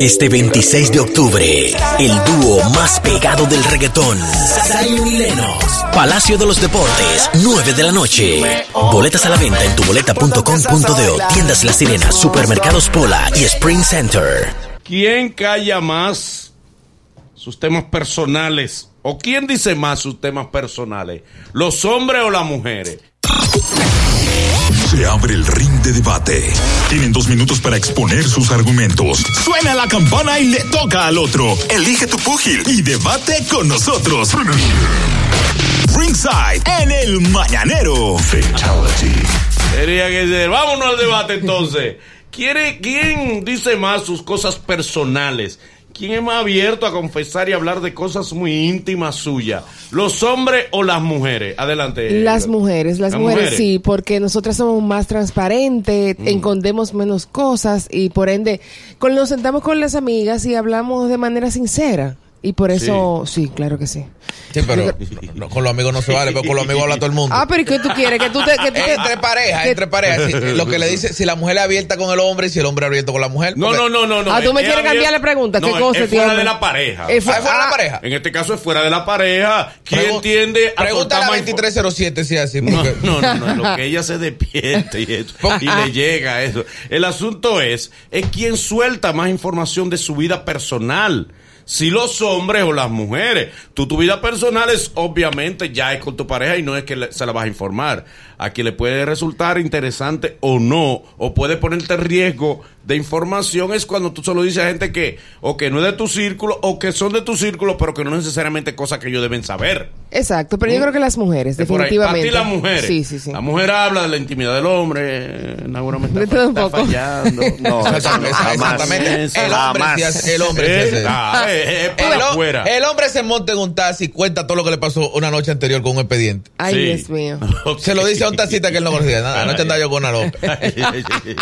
Este 26 de octubre, el dúo más pegado del reggaetón, Zion y Lennox, Palacio de los Deportes, 9 de la noche. Boletas a la venta en tuboleta.com.de, tiendas La Sirena, supermercados Pola y Spring Center. ¿Quién calla más sus temas personales? ¿O quién dice más sus temas personales? ¿Los hombres o las mujeres? Se abre el ring de debate. Tienen dos minutos para exponer sus argumentos. Suena la campana y le toca al otro. Elige tu púgil y debate con nosotros. Ringside en el mañanero. Sería que dice, vámonos al debate entonces. ¿Quiere- ¿Quién dice más sus cosas personales? ¿Quién es más abierto a confesar y hablar de cosas muy íntimas suyas? ¿Los hombres o las mujeres? Adelante. Las mujeres, las, mujeres, sí, porque nosotras somos más transparentes, Mm. escondemos menos cosas y por ende con, nos sentamos con las amigas y hablamos de manera sincera. Y por eso, sí, claro que sí. Sí, pero no, con los amigos no se vale, pero con los amigos habla todo el mundo. Ah, pero ¿y qué tú quieres? Que tú te... Que tú te- Entre parejas, que- entre parejas. Si- lo que le dice, si la mujer es abierta con el hombre y si el hombre es abierto con la mujer. No, porque- no, no, no, no. Ah, tú me Es quieres cambiar abierto- la pregunta. ¿Qué No, cosa es fuera tiene? de la pareja. Es fu- Ah, fuera de ah, la pareja. En este caso es fuera de la pareja. ¿Quién Pregun- tiende a Pregunta a soltar la más 2307 si es así. No, porque- no, no, no, lo que ella se despierte y, eso, y le llega eso. El asunto es, es quien suelta más información de su vida personal. Si los hombres o las mujeres. Tú, tu vida personal es obviamente ya es con tu pareja y no es que le- se la vas a informar. A quien le puede resultar interesante o no, o puede ponerte en riesgo de información es cuando tú solo dices a gente que o que no es de tu círculo o que son de tu círculo, pero que no necesariamente cosas que ellos deben saber. Exacto, pero yo creo que las mujeres, Es por ahí. Para definitivamente. ti las mujeres. Sí, sí, sí. La mujer habla de la intimidad del hombre. Nauro me está, De todo está un poco. fallando. No, Exactamente, jamás exactamente. eso, El hombre jamás. sí hace- el hombre sí Eh, hace eso. ah, eh, eh, para El, ho- afuera. el hombre se monta en un taxi y cuenta todo lo que le pasó una noche anterior con un expediente. Ay, Sí. Dios mío. Ok. Se lo dice a un taxista que él no conocía. Nada, Caray. anoche andaba yo con una loca. Ay, ay, ay.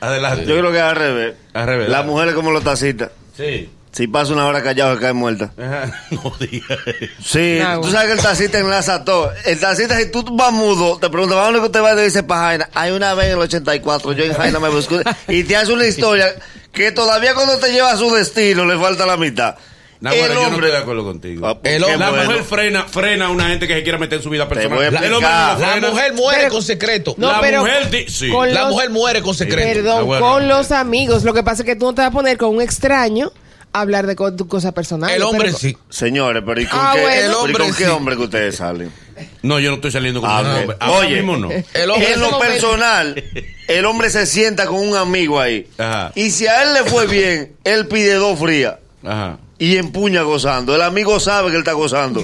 Adelante. Yo creo que es al revés. Al revés. Las mujeres como los tacitas. Sí. Si pasa una hora callado, se cae muerta. Ajá, No diga eso. Sí, Nah, tú güey. sabes que el tacita enlaza todo. El tacita, si tú vas mudo, te pregunta, ¿para dónde que usted va? Y te dice, para Jaina. Hay una vez en el 84, yo en Jaina me busco. Y te hace una historia que todavía cuando te lleva a su destino le falta la mitad. Naguará, yo no estoy de acuerdo contigo. Ah, pues, El qué la hombre, bueno. mujer frena, frena a una gente que se quiera meter en su vida personal. voy a El hombre explicar. no La frena. mujer muere Pero- con secreto. No, la pero mujer di- sí. con la los- mujer muere con secreto. Perdón, Ah, bueno. con los amigos. Lo que pasa es que tú no te vas a poner con un extraño a hablar de co- tu cosa personal. El hombre Pero- sí. Señores, pero ¿y con, Ah, qué, bueno. pero ¿y El con hombre qué sí. hombre que ustedes salen? No, yo no estoy saliendo con Ah, un ok. hombre. Ahora Oye. mismo no. El hombre en lo se- personal, el hombre se sienta con un amigo ahí. Ajá. Y si a él le fue bien, él pide dos frías. Ajá. y empuña gozando. El amigo sabe que él está gozando,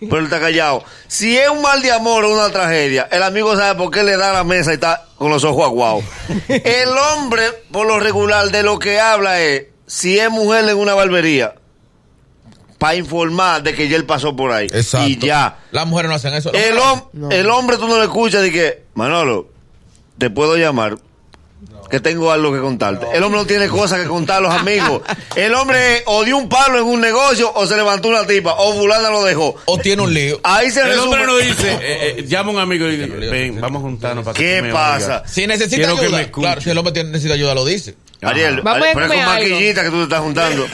pero él está callado. Si es un mal de amor o una tragedia, el amigo sabe por qué le da a la mesa y está con los ojos aguados. El hombre, por lo regular, de lo que habla es, si es mujer en una barbería, para informar de que ya él pasó por ahí. Exacto. Y ya. Las mujeres no hacen eso. Las El, mujeres- hom- el hombre tú no lo escuchas de que, Manolo, te puedo llamar. Que tengo algo que contarte. El hombre no tiene cosas que contar a los amigos. El hombre o dio un palo en un negocio o se levantó una tipa o fulana lo dejó. o tiene un lío. Ahí se El resume. hombre no dice, eh, eh, llama a un amigo y dice, ven, vamos a juntarnos para que ¿Qué tú me pasa? oigas". Si necesita Quiero que me ayuda, escuche. claro, si el hombre tiene- necesita ayuda, lo dice. Ariel, Vamos a Ariel, pero es con comer algo. maquillita que tú te estás juntando.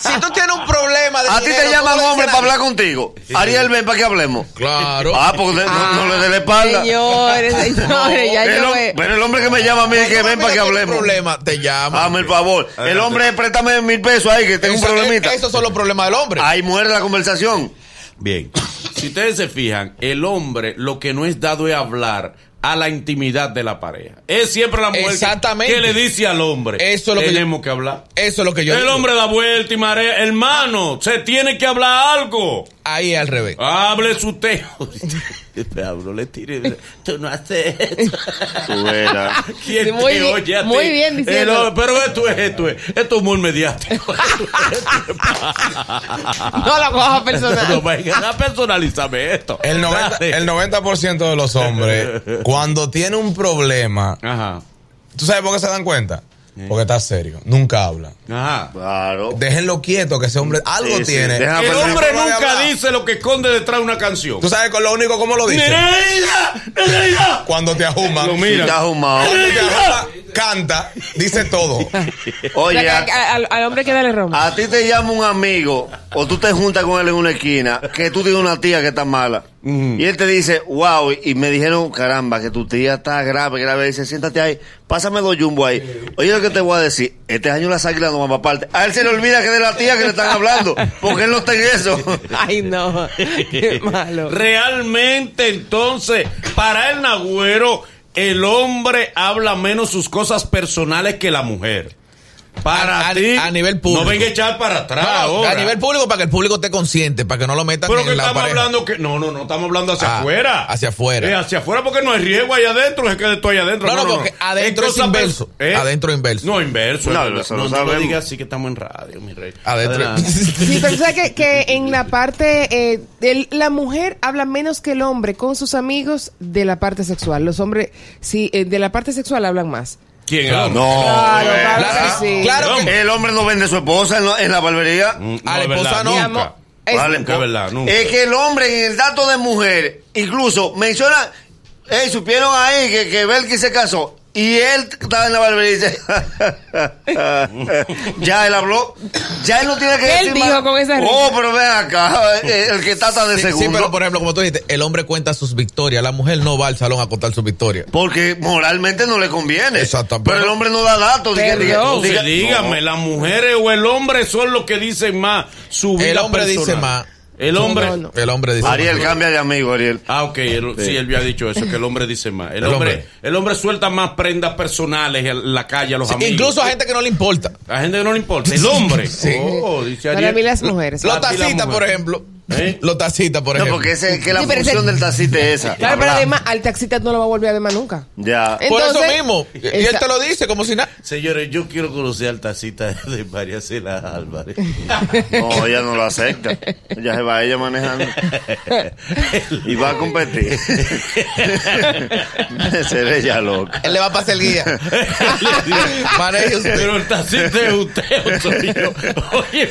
si tú tienes un problema de A ti te dinero, tú llaman le dices a hombre para nadie. hablar contigo. Ariel, ven para que hablemos. Claro. Ah, porque no, no le dé la espalda. Señores, señores, ya El yo hom- veo. pero el hombre que me llama a mí es que Cuando ven para que tiene un hablemos. problema, te llama. Hazme el favor. El hombre, préstame mil pesos ahí, que ah, tengo un Eso- problemita. Ah. eh, Esos son los problemas del hombre. Ahí muere la conversación. Bien. Si ustedes se fijan, el hombre lo que no es dado es hablar a la intimidad de la pareja. Es siempre la mujer que- Exactamente. que le dice al hombre. Eso es lo que yo- tenemos que hablar. Eso es lo que yo el digo. hombre da vuelta y marea. Hermano, se tiene que hablar algo. Ahí es al revés. Hable su te. Diablo, le tire. Tú no haces esto. Tú verás. ¿Quién Sí, muy te bien, oye a ti? muy bien diciendo. Eh, no, pero esto es, esto es, esto es muy mediático. No la coja No, personal. venga, personalízame esto. El 90%, el 90 de los hombres, cuando tiene un problema, Ajá, ¿tú sabes por qué se dan cuenta? Porque está serio, nunca habla. ajá. Claro. Déjenlo quieto, que ese hombre algo Sí, sí, tiene. deja- Ah, pues, El pero hombre no vale nunca hablar. dice lo que esconde detrás de una canción. ¿Tú sabes con lo único cómo lo dice? ¡Nereida! ¡Nereida! Cuando te ajuman. Lo Si mira. estás ahumado. Cuando te ajuman, canta, dice todo. Oye, La que- a, a- al, al hombre que le rompe. a ti te llama un amigo o tú te juntas con él en una esquina que tú tienes una tía que está mala. Y él te dice, wow, y me dijeron, caramba, que tu tía está grave, grave. Y dice, siéntate ahí, pásame dos jumbo ahí. Oye, lo que te voy a decir, este año las águilas no van para parte. A él se le olvida que es de la tía que le están hablando, porque él no está en eso. Ay, no. Qué malo. Realmente, entonces, para el nagüero, el hombre habla menos sus cosas personales que la mujer. Para A- a- ti, a nivel público. No venga a echar para atrás. No, ahora. a nivel público, para que el público esté consciente, para que no lo metan Pero en que la estamos pareja. hablando que. No, no, no, estamos hablando hacia Ah, afuera. hacia afuera. Eh, hacia afuera porque no hay riesgo ahí adentro, es que estoy adentro. No, no, porque adentro es cosa pers- inverso. Adentro inverso. No, inverso. No, es verdad. eso no, no lo lo sabemos. digas así que estamos en radio, mi rey. Adentro. Adelante. Sí, pero tú sabes que, que en la parte, eh, el- la mujer habla menos que el hombre con sus amigos de la parte sexual. Los hombres, sí, eh, de la parte sexual hablan más. ¿Quién Claro. habla? Ah, No. Claro, claro claro, que sí. claro que- El hombre no vende a su esposa en, la- en la barbería. No, a la es esposa verdad, no. Mi nunca. amor, Mm. es- Vale, nunca, no. ¿verdad? Nunca. Es que el hombre en el dato de mujer, incluso menciona, "Ey, supieron ahí que, que Belki se casó. Y él estaba en la barbería y dice, ya él habló, ya él no tiene que Él decir dijo más. con esa Oh, risa. pero ven acá, eh, el que trata de Sí, sí, segundo. pero por ejemplo, como tú dijiste, el hombre cuenta sus victorias, la mujer no va al salón a contar sus victorias. Porque moralmente no le conviene. Exactamente. Pero el hombre no da datos. diga- diga- Perdón. diga- Entonces, dígame, No. las mujeres o el hombre son los que dicen más su vida El hombre dice personal. más. El No, hombre. no, no. El hombre dice. Ariel, cambia de amigo, Ariel. Ah, ok, el- sí. él había dicho eso, que el hombre dice más. El, El hombre, hombre. el hombre suelta más prendas personales en la calle a los Sí, amigos. incluso a gente que no le importa. A gente que no le importa. El hombre. Sí. Oh, dice Para Ariel. mí las mujeres. Los ti la tacitas, mujer. por ejemplo. ¿Eh? Los tacitas, por No, ejemplo. porque ese, que la Sí, pero ese- función del tacite es esa. Claro, pero hablar. además al taxista no lo va a volver a ver más nunca. Ya. Eh, por eso entonces- mismo. Y él Esa- te lo dice como si nada. Señores, yo quiero conocer al tacita de María Cela Álvarez. No, ella no lo acepta. Ella se va ella manejando. Y va a competir. Ser ella loca. Él le va a pasar el guía. Maneje usted. Pero el tacita es usted, o soy yo. Oye,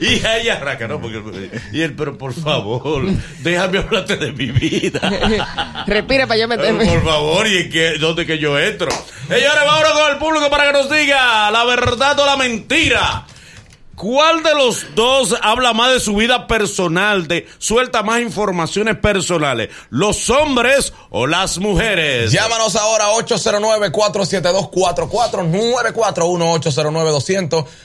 y ahí arranca, ¿no? Porque, y él, pero por favor, déjame hablarte de mi vida. Respira para yo Pero, meterme. Por favor, ¿y en qué, dónde que yo entro? Señores, vámonos con el público para que nos diga la verdad o la mentira. ¿Cuál de los dos habla más de su vida personal, de suelta más informaciones personales? ¿Los hombres o las mujeres? Llámanos ahora 809-472-4494,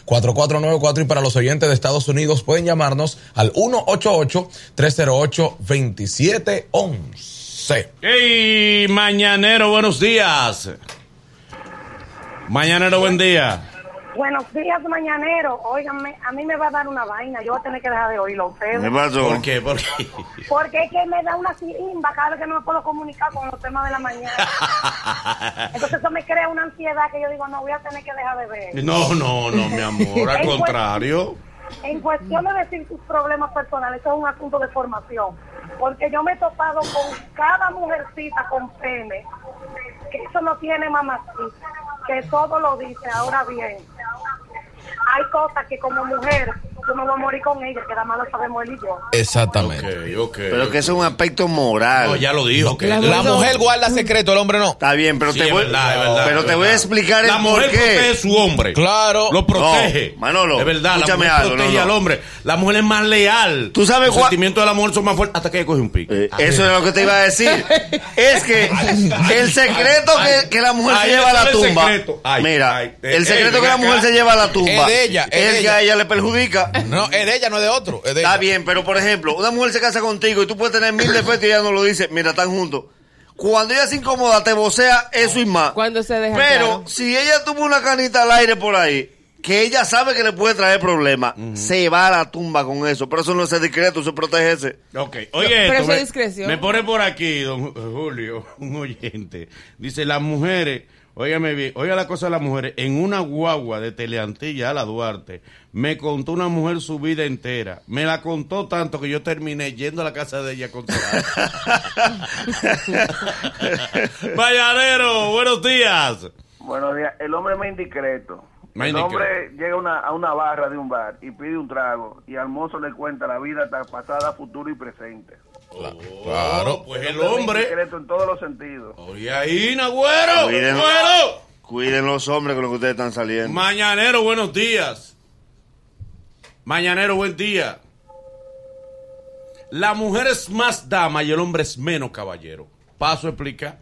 809-200-4494 y para los oyentes de Estados Unidos pueden llamarnos al 188-308-2711. ¡Ey, mañanero, buenos días! Mañanero, buen día. Buenos días, mañanero. Óiganme, a mí me va a dar una vaina. Yo voy a tener que dejar de oírlo a ustedes. ¿Qué pasó? ¿Por qué? ¿Por qué? Porque es que me da una sirimba cada vez que no me puedo comunicar con los temas de la mañana. Entonces eso me crea una ansiedad que yo digo, no voy a tener que dejar de ver. No, no, no, mi amor, al contrario. En cuestión de decir sus problemas personales, eso es un asunto de formación. Porque yo me he topado con cada mujercita con pene, que eso no tiene mamacita, que todo lo dice. Ahora bien, hay cosas que como mujer, yo me voy a morir con ella, que nada más lo sabemos él y yo. Exactamente. Ok, ok. Pero que eso es un aspecto moral. No, ya lo dijo. que- La La mujer guarda secreto, el hombre no. Está bien, pero Sí, te es voy, verdad, es verdad, pero es te voy a verdad. explicar La el por mujer protege a qué. su hombre. Claro. Lo protege. No, Manolo, Es verdad, la escúchame mujer algo, protege no, no. al hombre. La mujer es más leal. Tú sabes Los cuál- sentimientos de la mujer son más fuertes hasta que ella coge un pico. Ah, Eh, eso es lo que te iba a decir. Es que el secreto que, que la mujer Ahí se lleva a la está el tumba. secreto. Ay, mira, ay, eh, el secreto eh, que la ven mujer acá. se lleva a la tumba Es de ella, es de el que ella. a ella le perjudica. No, es de ella, no es de otro. es de Está ella. bien, pero por ejemplo, una mujer se casa contigo y tú puedes tener mil defectos y ella no lo dice. Mira, están juntos. Cuando ella se incomoda, te vocea eso y más. Cuando se deja. Pero claro. si ella tuvo una canita al aire por ahí, que ella sabe que le puede traer problemas, se va a la tumba con eso. Pero eso no es discreto, eso es protegerse. Ok, oye, Pero esto, eso es me- discreción. Me pone por aquí, don Ju- Julio, un oyente. Dice: Las mujeres, óigame bien, oiga la cosa de las mujeres. En una guagua de Teleantilla a la Duarte, me contó una mujer su vida entera. Me la contó tanto que yo terminé yendo a la casa de ella con Valladero, buenos días. Buenos días. El hombre más indiscreto. Más el indiscreto. hombre llega a una- a una barra de un bar y pide un trago y al mozo le cuenta la vida hasta pasada, futuro y presente. Claro. Pues el más hombre. Indiscreto en todos los sentidos. Oye ahí, Nagüero. Cuiden- Nagüero. Cuiden los hombres con lo que ustedes están saliendo. Mañanero, buenos días. Mañanero, buen día. La mujer es más dama y el hombre es menos caballero. Paso a explicar.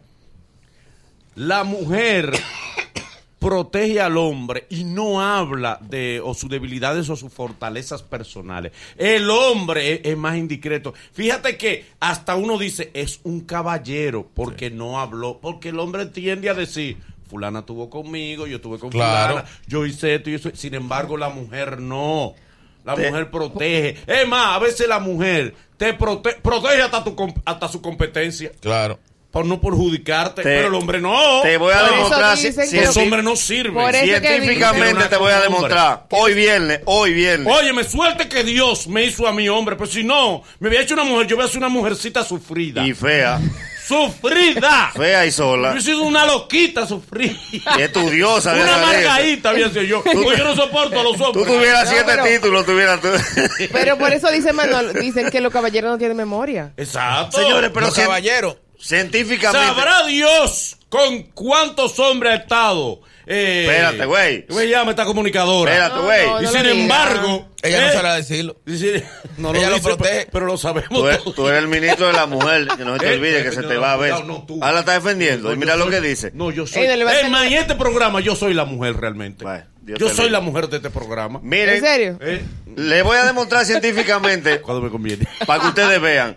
La mujer protege al hombre y no habla de o sus debilidades o sus fortalezas personales. El hombre es, es más indiscreto. Fíjate que hasta uno dice es un caballero porque no habló, porque el hombre tiende a decir fulana estuvo conmigo, yo estuve con Claro. fulana, yo hice esto y eso. Sin embargo, la mujer no. La mujer protege. Es más, a veces la mujer te prote- protege hasta, tu com- hasta su competencia. Claro. Por no perjudicarte, Te- pero el hombre no. Te voy a Por eso demostrar si- dicen si- que Los Sí. hombres no sirven. Por eso- que dicen científicamente que te voy a hombre. demostrar. Hoy viernes, hoy viernes. Oye, me suerte que Dios me hizo a mí hombre, pero si no, me hubiera hecho una mujer, yo hubiera sido una mujercita sufrida. Y fea, ¡Sufrida! Yo fea y sola. hubiera sido una loquita sufrida. Y estudiosa. de una la lengua. margadita había sido yo. Porque yo no soporto a los Tú hombres. tuvieras No, siete pero- títulos, tuvieras tú. Pero por eso dice Manuel, dicen que los caballeros no tienen memoria. Exacto. Señores, pero Los cien- caballeros. científicamente. Sabrá Dios con cuántos hombres ha estado. Eh, Espérate, güey. Güey, llama esta comunicadora. Espérate, güey. No, Y no sin lo diga. embargo. Ella eh, no sale a decirlo. y sin- no Ella lo dice, pero- protege. Pero, lo sabemos Tú eres, todos. tú eres el ministro de la mujer, que no se te Eh, olvide que se te va a ver. no, no, tú. Ahora la está defendiendo. y yo mira lo soy- que dice. No, yo soy. Ey, no le va a Eh, hacer- ma, en este programa yo soy la mujer realmente. Vale, Dios yo te soy bendiga. la mujer de este programa. Miren, ¿En serio? Eh, le voy a demostrar científicamente cuando me conviene. para que ustedes vean.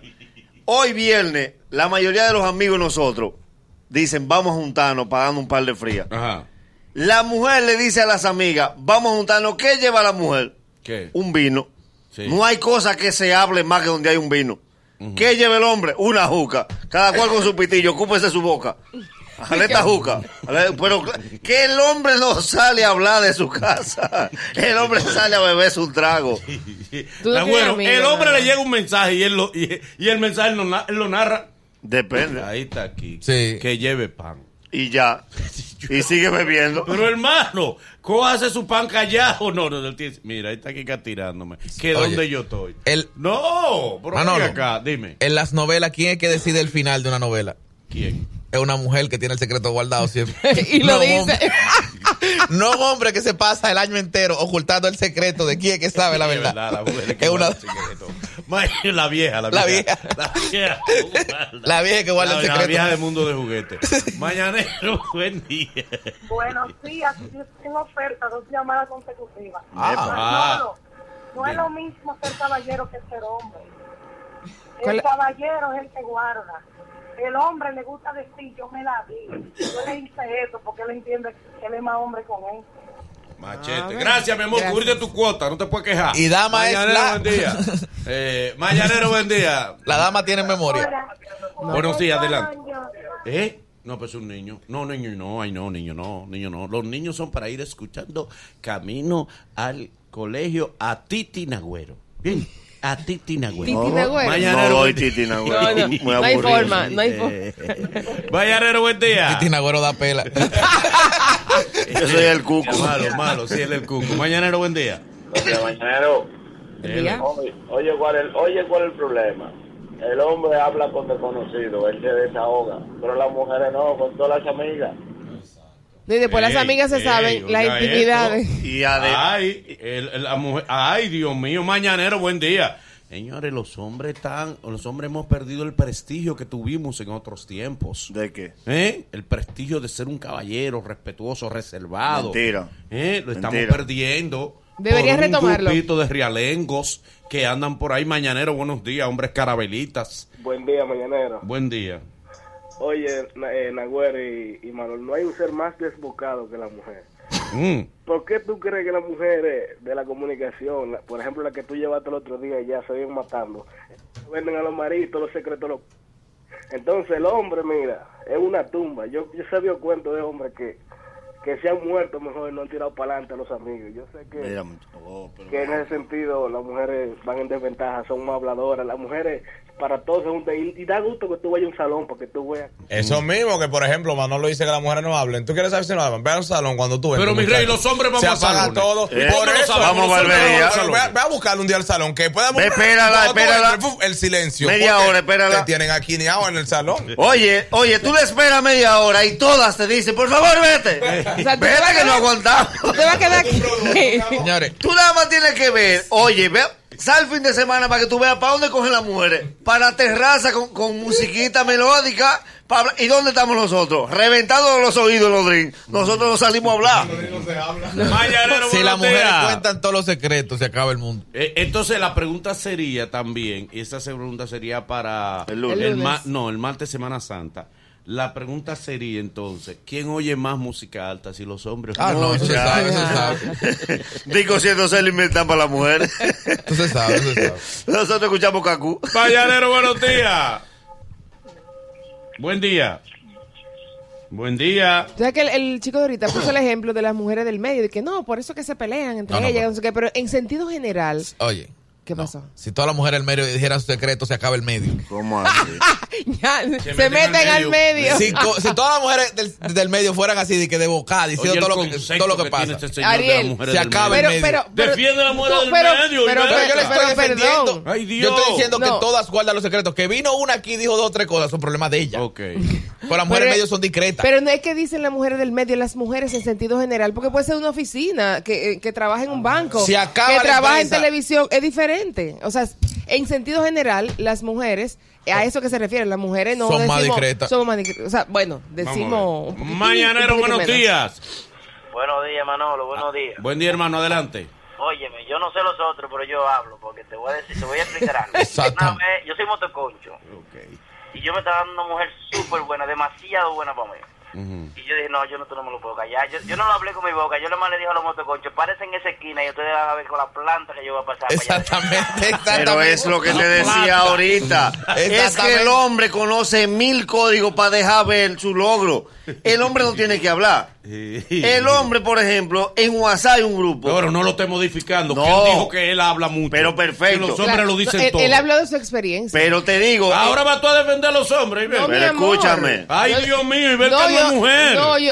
Hoy viernes, la mayoría de los amigos de nosotros dicen, vamos a juntarnos pagando un par de frías. Ajá. La mujer le dice a las amigas, vamos a juntarnos. ¿Qué lleva la mujer? ¿Qué? Un vino. Sí. No hay cosa que se hable más que donde hay un vino. ¿Qué lleva el hombre? Una juca. Cada cual con su pitillo, ocúpese su boca. Aleta juca. Ale- Pero cl- que el hombre no sale a hablar de su casa. El hombre sale a beber su trago. Tú no La- tienes bueno, amiga, el hombre nada. le llega un mensaje y él, lo- y, y el mensaje lo, na- él lo narra. Depende. Ahí está aquí. Sí. Que lleve pan. Y ya. Y sigue bebiendo. Pero hermano, ¿cómo hace su pan callado? No, no, no. tiene- Mira, ahí está aquí tirándome. Que Oye, donde yo estoy. el- No, pero Manolo. ven acá, dime. En las novelas, ¿quién es que decide el final de una novela? ¿Quién? Es una mujer que tiene el secreto guardado siempre. y lo No, dice. hombre. No un hombre que se pasa el año entero ocultando el secreto de quién es que sabe la Sí, verdad. la mujer que es una, guarda el secreto. Ma- La vieja, la vieja. La La vieja, la vieja que guarda La- el la secreto. vieja del mundo de juguetes. Mañanero, buen día. Buenos días, yo tengo oferta, dos llamadas consecutivas. Ah. Manolo, no es lo mismo ser caballero que ser hombre. ¿Cuál- El caballero es el que guarda. El hombre le gusta decir, yo me la di. Yo le hice eso porque él entiende que él es más hombre con él. Machete. A ver. Gracias, mi amor. Gracias. Cubriste tu cuota, no te puedes quejar. Y dama es Mañanero, la- buen día. Eh, Mañanero, buen día. La dama tiene memoria. Hola. Buenos días, adelante. Hola. ¿Eh? No, pues un niño. No, niño, no. Ay, no, niño, no. Niño, no. Los niños son para ir escuchando camino al colegio a Titi Nagüero. Bien, a Titi Nagüero. Titi Nagüero. Mañanero, No doy buen día. titina, güey. No, no, Muy no hay aburrido. forma, no hay forma. Eh, Mañanero, buen día. Cristina Agüero da pela. Yo soy el cuco. Malo, malo, sí, él es el cuco. Mañanero, buen día. Porque mañanero, Ya. eh, oye, oye, ¿cuál es, el- oye, ¿cuál es el problema? El hombre habla con desconocidos, él se desahoga, pero las mujeres no, con todas las amigas. Y después Ey, las amigas se ey, saben las oiga intimidades. eh, esto. Y ade- Ay, el- el- la mujer- ay, Dios mío, mañanero, buen día. Señores, los hombres están, los hombres hemos perdido el prestigio que tuvimos en otros tiempos. ¿De qué? ¿Eh? El prestigio de ser un caballero respetuoso, reservado. Mentira. ¿Eh? Lo estamos Mentira. perdiendo. Deberías por un retomarlo. grupito de rialengos que andan por ahí mañanero, buenos días, hombres carabelitas. Buen día, mañanero. Buen día. Oye, Na- eh, Nagüero y, y Manol, no hay un ser más desbocado que la mujer. Mm. ¿Por qué tú crees que las mujeres de la comunicación, la- por ejemplo, la que tú llevaste el otro día, ya se vienen matando? Venden a los maridos los secretos. Los... Entonces, el hombre, mira, es una tumba. Yo, yo sabía cuento de hombres que, que se han muerto mejor y no han tirado para adelante a los amigos. Yo sé que Mira, mucho- oh, pero- que en ese sentido las mujeres van en desventaja, son más habladoras, las mujeres para todos se juntan y, y da gusto que tú vayas a un salón para que tú veas. Eso mismo que, por ejemplo, Manolo dice que las mujeres no hablen. ¿Tú quieres saber si no hablan? Ve a un salón cuando tú ves. Pero, mi rey, los hombres vamos se a apaga salones. todo. Eh, por vamos eso, a vamos barbería. Ve, a- ve a buscarle un día al salón. Que pueda Ve, espérala, Cuando tú espérala. entres, ¡fuf! El silencio. Media porque hora, espérala. Te tienen aquí ni agua en el salón. Oye, oye, tú le esperas media hora y todas te dicen, por favor, vete. O sea, tú te Espera vas a que no quedar- aguantamos. tú te vas a quedar aquí. Señores, Tú nada más tienes que ver, oye, ve, sal el fin de semana para que tú veas para dónde cogen las mujeres. Para terraza con, con musiquita melódica. pa' hablar. ¿Y dónde estamos nosotros? Reventando los oídos, los drinks. Nosotros no salimos a hablar. Mañanero, si buenos las mujeres días. cuentan todos los secretos, se acaba el mundo. Eh, Entonces la pregunta sería también, y esa pregunta sería para El lunes. El lunes. ma- no, el martes Semana Santa. La pregunta sería entonces, ¿quién oye más música alta, si los hombres? o Ah, no, eso se ya. sabe, eso se sabe. Digo, si no se lo inventan para las mujeres. Eso se sabe, eso se sabe. Nosotros escuchamos cacú. Mañanero, buenos días. Buen día. Buen día. O sea que el, el chico de ahorita puso el ejemplo de las mujeres del medio, de que no, por eso que se pelean entre No, no, ellas, pero- no sé qué, pero en sentido general, Oye. ¿qué no. pasó? Si toda la mujer del medio dijera sus secretos, se acaba el medio. ¿Cómo así? Ya, se, meten meten al al medio. medio. Si, co- si todas las mujeres del, del medio fueran así, de que de bocada, Oye, diciendo el todo lo que, concepto todo lo que, que tiene pasa. este señor de las Ariel, mujeres se del acaba medio. pero, el medio. pero, pero, Defiende a la mujer no, del medio, Pero, Iván. Pero yo le pero, estoy pero, defendiendo. perdón. Ay, Yo Dios. estoy diciendo No. que todas guardan los secretos. Que vino una aquí y dijo dos o tres cosas, son problemas de ella. Ok. Pero las mujeres Pero- del medio son discretas. Pero no es que dicen las mujeres del medio, las mujeres en sentido general, porque puede ser una oficina, que, eh, que trabaja en un banco, Se Ah, acaba que la trabaja en empresa. televisión, es diferente. O sea, en sentido general, las mujeres, eh, a eso que se refieren, las mujeres no Oh. Son más decimos- discretas. Somos más discretas. O sea, bueno, Vamos a decimos... ver. un poquitín, Mañanero, un poquito buenos menos. días. Buenos días, Manolo, buenos días. Buen día, hermano, adelante. Óyeme, yo no sé los otros, pero yo hablo, porque te voy a decir, te voy a explicar algo. Exacto. Una vez- yo soy motoconcho, y yo me estaba dando una mujer súper buena, demasiado buena para mí. Ujú. Y yo dije, no, yo no, esto no me lo puedo callar. Yo, yo no lo hablé con mi boca, yo nomás le dije a los motoconchos, párense en esa esquina y ustedes van a ver con la planta que yo voy a pasar. para allá". Exactamente, exactamente. Pero es lo que te decía ahorita. Es que el hombre conoce mil códigos para dejar ver su logro. El hombre no tiene que hablar. El hombre, por ejemplo, en WhatsApp hay un grupo. No, pero no lo esté modificando. No. que él dijo que él habla mucho. Pero perfecto. Que los hombres Claro, lo dicen él, todo. él habló de su experiencia. Pero te digo, eh, Ahora va tú a defender a los hombres. Ibel. No, mi pero amor. escúchame. Ay, No, Dios mío, y ver que no yo- es mujer. No, yo...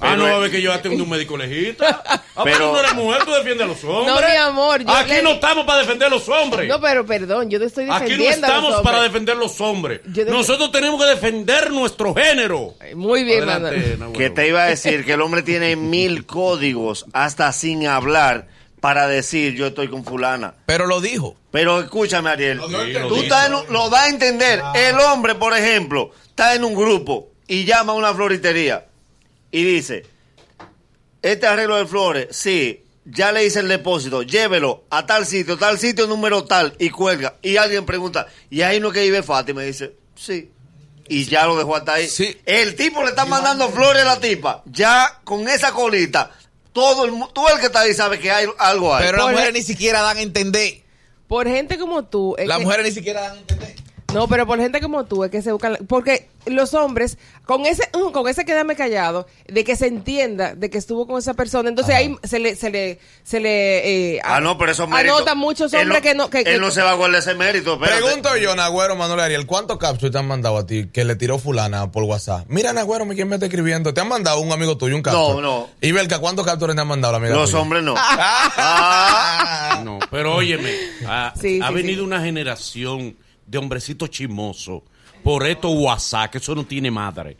Ah, no, Pero- a ver que yo atiendo un médico legista. Ah, pero Pero- tú no eres mujer, tú defiendes a los hombres. mi amor, yo Aquí le- no estamos para defender a los hombres. No, pero perdón, yo te estoy Aquí no defendiendo a los estamos hombres. para defender los hombres. Yo def- Nosotros tenemos que defender nuestro género. Muy bien, Adelante, Manuel. Nahuel. que te iba a decir que el hombre tiene mil códigos hasta sin hablar para decir yo estoy con fulana. Pero lo dijo. Pero escúchame, Ariel. Sí, lo tú dijo. estás en un- lo da a entender. El hombre, por ejemplo, está en un grupo y llama a una floritería y dice: Este arreglo de flores, sí, ya le hice el depósito, llévelo a tal sitio, tal sitio, número tal, y cuelga. Y alguien pregunta: ¿Y ahí no es que vive Fátima? Y dice: Sí. Y ya lo dejó hasta ahí. Sí. El tipo le está mandando flores a la tipa. Ya con esa colita, todo el, mu- todo el que está ahí sabe que hay algo ahí. Pero las Por- mujeres ni siquiera dan a entender. Por gente como tú. es Las que- mujeres ni siquiera dan a entender. No, pero por gente como tú es que se buscan... la- Porque los hombres, con ese "Mm", con ese quedarme callado, de que se entienda de que estuvo con esa persona, entonces ahí se le... Se le, se le eh, Ah, no, pero eso es mérito. Anotan muchos Él hombres no- que no... Que, que- Él no se va a guardar ese mérito. espérate. Pregunto yo, Nagüero Manuel Ariel, ¿cuántos captures te han mandado a ti que le tiró fulana por WhatsApp? Mira, Nagüero, ¿quién me está escribiendo? ¿Te han mandado un amigo tuyo un capture? No, no. Y Belka, ¿cuántos captures te han mandado la amiga Los tuya? hombres no. Ah. No, pero óyeme, ha, Sí, ha sí, venido sí. una generación de hombrecitos chimosos por esto WhatsApp, que eso no tiene madre.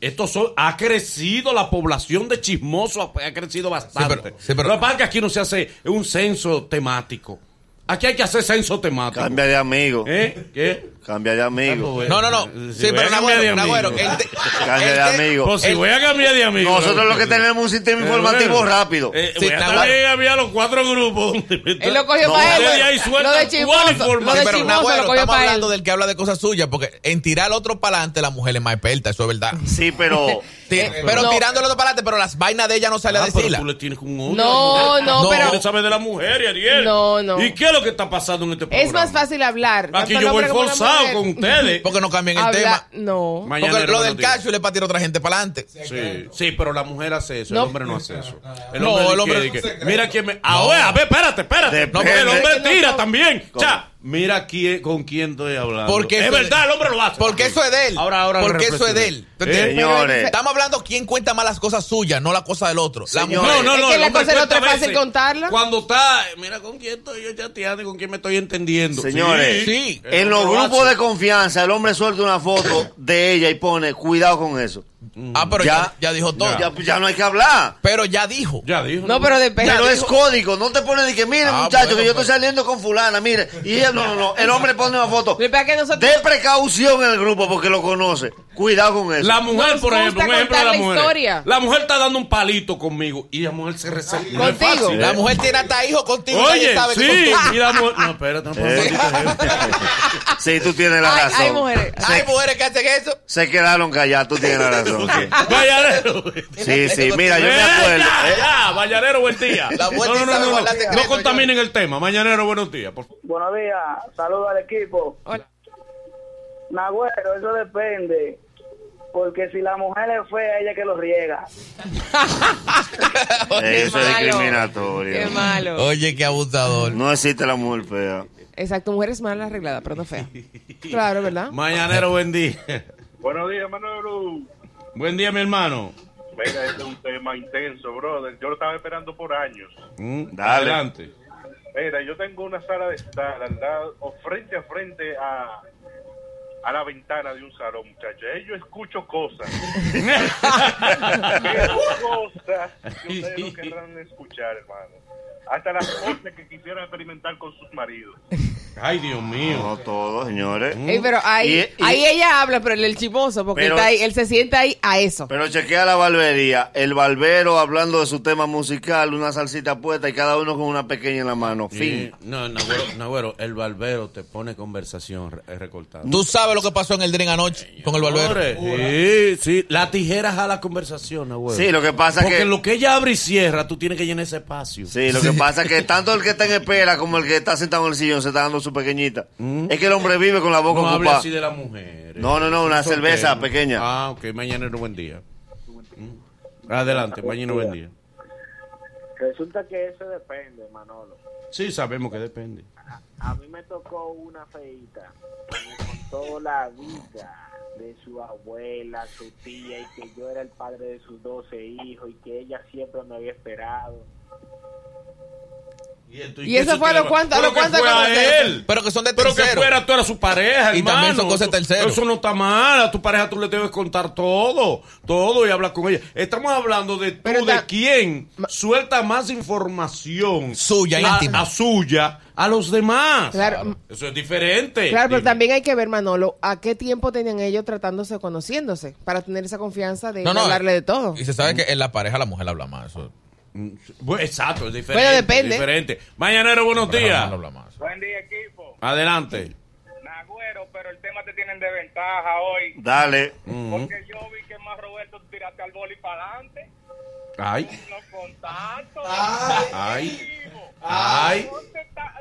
Esto son- ha crecido la población de chismosos, ha, ha crecido bastante. Sí, pero- sí, pero- Lo que pasa es que aquí no se hace un censo temático. Aquí hay que hacer censo temático. Cambia eh, de amigo. ¿Eh? ¿Qué? eh, Cambia de amigo. No, no, no. Sí, pero Nagüero, Nagüero. el te- Cambia el de te- amigo. Pues si el- voy a cambiar de amigo. Nosotros lo que tenemos es un sistema informativo rápido. Eh, Sí, voy a Nagüero. también había los cuatro grupos. donde me Él lo cogió No, para él. ustedes ahí güey. Lo sueltan de cuál chismoso. Lo información. de Pero chismoso Nagüero, lo cogió estamos para él. hablando del que habla de cosas suyas, porque en tirar al otro para adelante la mujer es más experta, eso es verdad. Sí, pero. Ti- pero Eh, no. tirando al otro para adelante, pero las vainas de ella no sale a Ah, pero decirla. tú le tienes un odio No, a la mujer. no, No, pero... Tú sabes de la mujer y Ariel. No, no. ¿Y qué es lo que está pasando en este programa? Es más fácil hablar. tanto Aquí el yo voy hombre como la forzado mujer. con ustedes. Porque no cambian el Habla- tema. No. Mañana Porque era lo buenos del días. cacho es para tirar otra gente para adelante. Sí, sí, pero la mujer hace eso, No. el hombre no hace eso. El No, hombre, el di hombre que- es di un que, secreto. mira quién me. Ahora, a ver, espérate, espérate. Depende. No, porque el hombre Es que no tira son- también. ¿Cómo? Cha, mira quién, con quién estoy hablando. Porque es eso- verdad, el hombre lo hace. Porque eso es de él. Ahora, ahora. Porque eso es de reflexioné. él. ¿Tú entiendes? ¿Eh? Señores. Estamos hablando quién cuenta más las cosas suyas, no las cosas del otro. La Señor. mujer. No, no, Es no. que el la hombre cosa no te cuenta a fácil veces contarla. Cuando está, mira con quién estoy yo chateando y con quién me estoy entendiendo. Señores, Sí. en los grupos de confianza, el hombre suelta una foto de ella y pone cuidado con eso. Ah, pero ya, ya dijo todo. Ya, ya no hay que hablar. Pero ya dijo. Ya dijo. No, pero depende. Pero Ya es dijo. código, no te pones de que, mire Ah, muchacho, bueno, que yo pues. estoy saliendo con fulana, mire. Y ella, no, no, no, el hombre pone una foto. Lo que pasa es que nosotros De precaución en el grupo porque lo conoce. Cuidado con eso. La mujer, Nos por ejemplo, un gusta ejemplo de la contar la mujer. historia. La mujer está dando un palito conmigo y la mujer se resente. No es Contigo. fácil. ¿eh? La mujer tiene hasta hijos contigo. Oye, nadie sabe que Ah, sí. son tuyos. Y la mujer. No, espérate, no puedo Eh. Sí, tú tienes la Ay, razón. ay, mujeres. Se, Hay mujeres que hacen eso. se quedaron calladas, tú tienes la razón. sí. Vallarero. Sí, sí, mira, yo me Eh, acuerdo. ya, eh. ya, Vallarero, buen día. La no, vuelta no, y no, sabe no, no, guardar secreto, no contaminen el tema. Mañanero, buenos días. Por... favor. Buenos días, saludos al equipo. Hola. Nagüero, eso depende. Porque si la mujer es fea, ella que lo riega. Qué Eso es malo. discriminatorio. Qué malo. Oye, qué abusador. No existe la mujer fea. Exacto, mujeres mal arregladas, pero no fea. Claro, ¿verdad? Mañanero, buen día. Buenos días, Manolo. Buen día, mi hermano. Venga, este es un tema intenso, brother. Yo lo estaba esperando por años. Mm, Dale. Adelante. Mira, yo tengo una sala de estar al lado, o frente a frente a, a la ventana de un salón, muchachos. Ahí Yo escucho cosas. Pero cosas que ustedes no querrán escuchar, hermano. Hasta las cosas que quisieran experimentar con sus maridos. Ay, Dios mío. No todos, señores. Ey, pero ahí, Y- y- ahí ella habla, pero el, el chismoso, porque Pero- está ahí, él se sienta ahí a eso. Pero chequea la barbería. El barbero hablando de su tema musical, una salsita puesta y cada uno con una pequeña en la mano. Fin. Sí. No, Nagüero, Nagüero, el barbero te pone conversación re- eh, recortada. Tú sabes lo que pasó en el drink anoche con el barbero. Señores, Sí, sí. La tijera jala conversación, Nagüero. Sí, lo que pasa pues. Porque que... lo que ella abre y cierra, tú tienes que llenar ese espacio. Sí, lo que pasa es que tanto el que está en espera como el que está sentado en el sillón se está dando su pequeñita. Es que el hombre vive con la boca No hable ocupada. así de las mujeres. No, no, no, una Es un cerveza tema. pequeña. Ah, ok, mañana no buen día. Mm. Adelante, mañana buen día. Resulta que eso depende, Manolo. Sí, sabemos que depende. A mí me tocó una feita que me contó la vida de su abuela, su tía, y que yo era el padre de sus 12 hijos y que ella siempre me había esperado. ¿Y, esto- ¿Y qué eso fue a tiene- lo cuánto? ¿A Pero lo que cuánto fue cuando a te- él? Pero que son de Pero que tercero. fuera tú eras su pareja, Y también hermano. son cosas Eso- terceros. Eso no está mal. A tu pareja tú le debes contar todo. Todo y hablar con ella. Estamos hablando de tú, Pero de ta- quién suelta más información. Suya, a, íntima. a suya, a los demás. Claro. Eso es diferente. Claro, pero Dime. también hay que ver, Manolo, a qué tiempo tenían ellos tratándose o conociéndose para tener esa confianza de hablarle de todo. Y se sabe que en la pareja la mujer habla más. Eso, Bueno, mm, exacto, es diferente. Bueno, depende. es diferente. Mañanero, buenos la pareja días. no habla más. Buen día, equipo. Adelante. Nagüero, pero el tema te tienen de ventaja hoy. Dale. Mm, Porque yo vi que más Roberto tiraste al boli para adelante. Ay, Los contactos. ay, ay,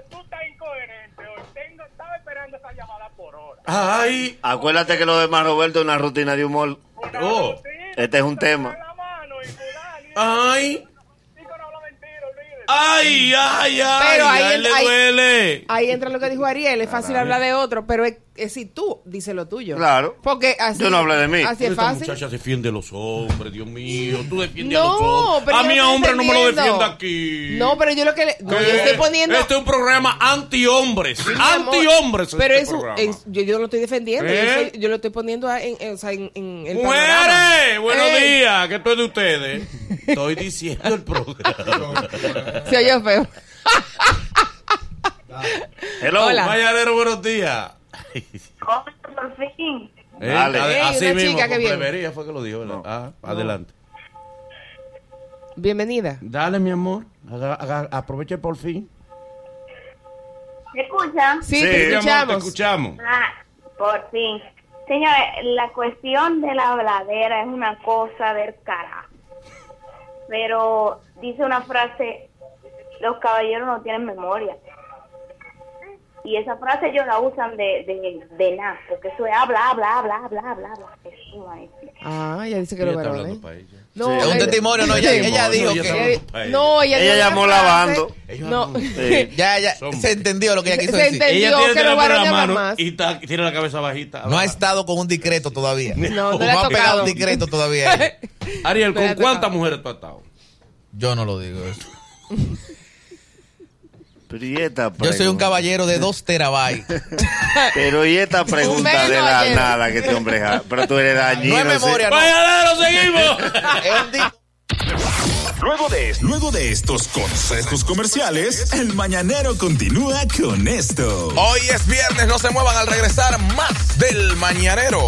Tú estás incoherente hoy. Tengo, estaba esperando esa llamada por hora. ay. Acuérdate que lo demás, Roberto, es una rutina de humor. Una Oh, rutina, este es un tú te tema. das la mano y fulano, y- Ay, Chico, no habla mentira, olvídate. ay, ay, ay. Pero ahí a él el- ahí- le duele. Ahí entra lo que dijo Ariel, es fácil hablar de otro, pero es, es si tú dices lo tuyo. Claro. Porque así, Yo no hablé de mí. Así Pero es esta fácil. muchacha defiende a los hombres, Dios mío. Tú defiendes a No, los hombres. pero a yo mí, no a estoy hombre, no me lo defendiendo. defienda aquí. No, pero yo lo que le no, yo Eh, estoy poniendo... Este es un programa anti-hombres. Mi amor, Anti-hombres. Pero este eso, programa. es- yo, yo lo estoy defendiendo. ¿Eh? Yo, soy- yo lo estoy poniendo a- en, en- o sea, en- en el ¡Mujeres! panorama. Eh, Buenos Ey, días, que estoy de ustedes. Estoy diciendo el programa. Se oyó feo. Hello. Hola. Mañanero, buenos días. por fin. Eh, Dale. ade- Ey, así una mismo, chica que con viene. plebería fue que lo dijo, ¿verdad? Ah, adelante. Bienvenida. Dale, mi amor. Aga- aga- aproveche por fin. ¿Me escuchan? Sí, Sí, te mi amor, te escuchamos. escuchamos. Ah, por fin. Señores, la cuestión de la habladera es una cosa del carajo. Pero dice una frase, los caballeros no tienen memoria. Y esa frase ellos la usan de, de, de nada, porque eso es habla, habla, habla, habla, habla, habla. Eso no es. Ah, ella dice que Ella lo está varones. hablando para ella. No, Sí. Es un ella- testimonio, no, ella, ella dijo Ella que. sabe- Eh, No, ella Ella dio una llamó frase. lavando. No. Sí. Ya, ya, Son- se entendió lo que ella quiso Se decir. Ella entendió. Dios, tiene que el los teléfono en varones la hablan mano más. y está- tiene la cabeza bajita. No ha estado con un discreto todavía. No, no le ha ha pegado tocado. un discreto todavía. ella. Ariel, ¿con Espérate, cuántas no. mujeres tú has estado? Yo no lo digo eso. Pero Pero y esta Yo soy un pregunta? caballero de 2 terabytes. Pero y esta pregunta Un de la caballero. nada que este hombre ja- Pero tú eres dañino. No es memoria, sí. no. seguimos! Luego de, luego de estos consejos comerciales, el mañanero continúa con esto. Hoy es viernes, no se muevan al regresar más del mañanero.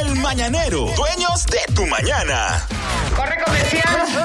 El mañanero, dueños de tu mañana. Corre comercial.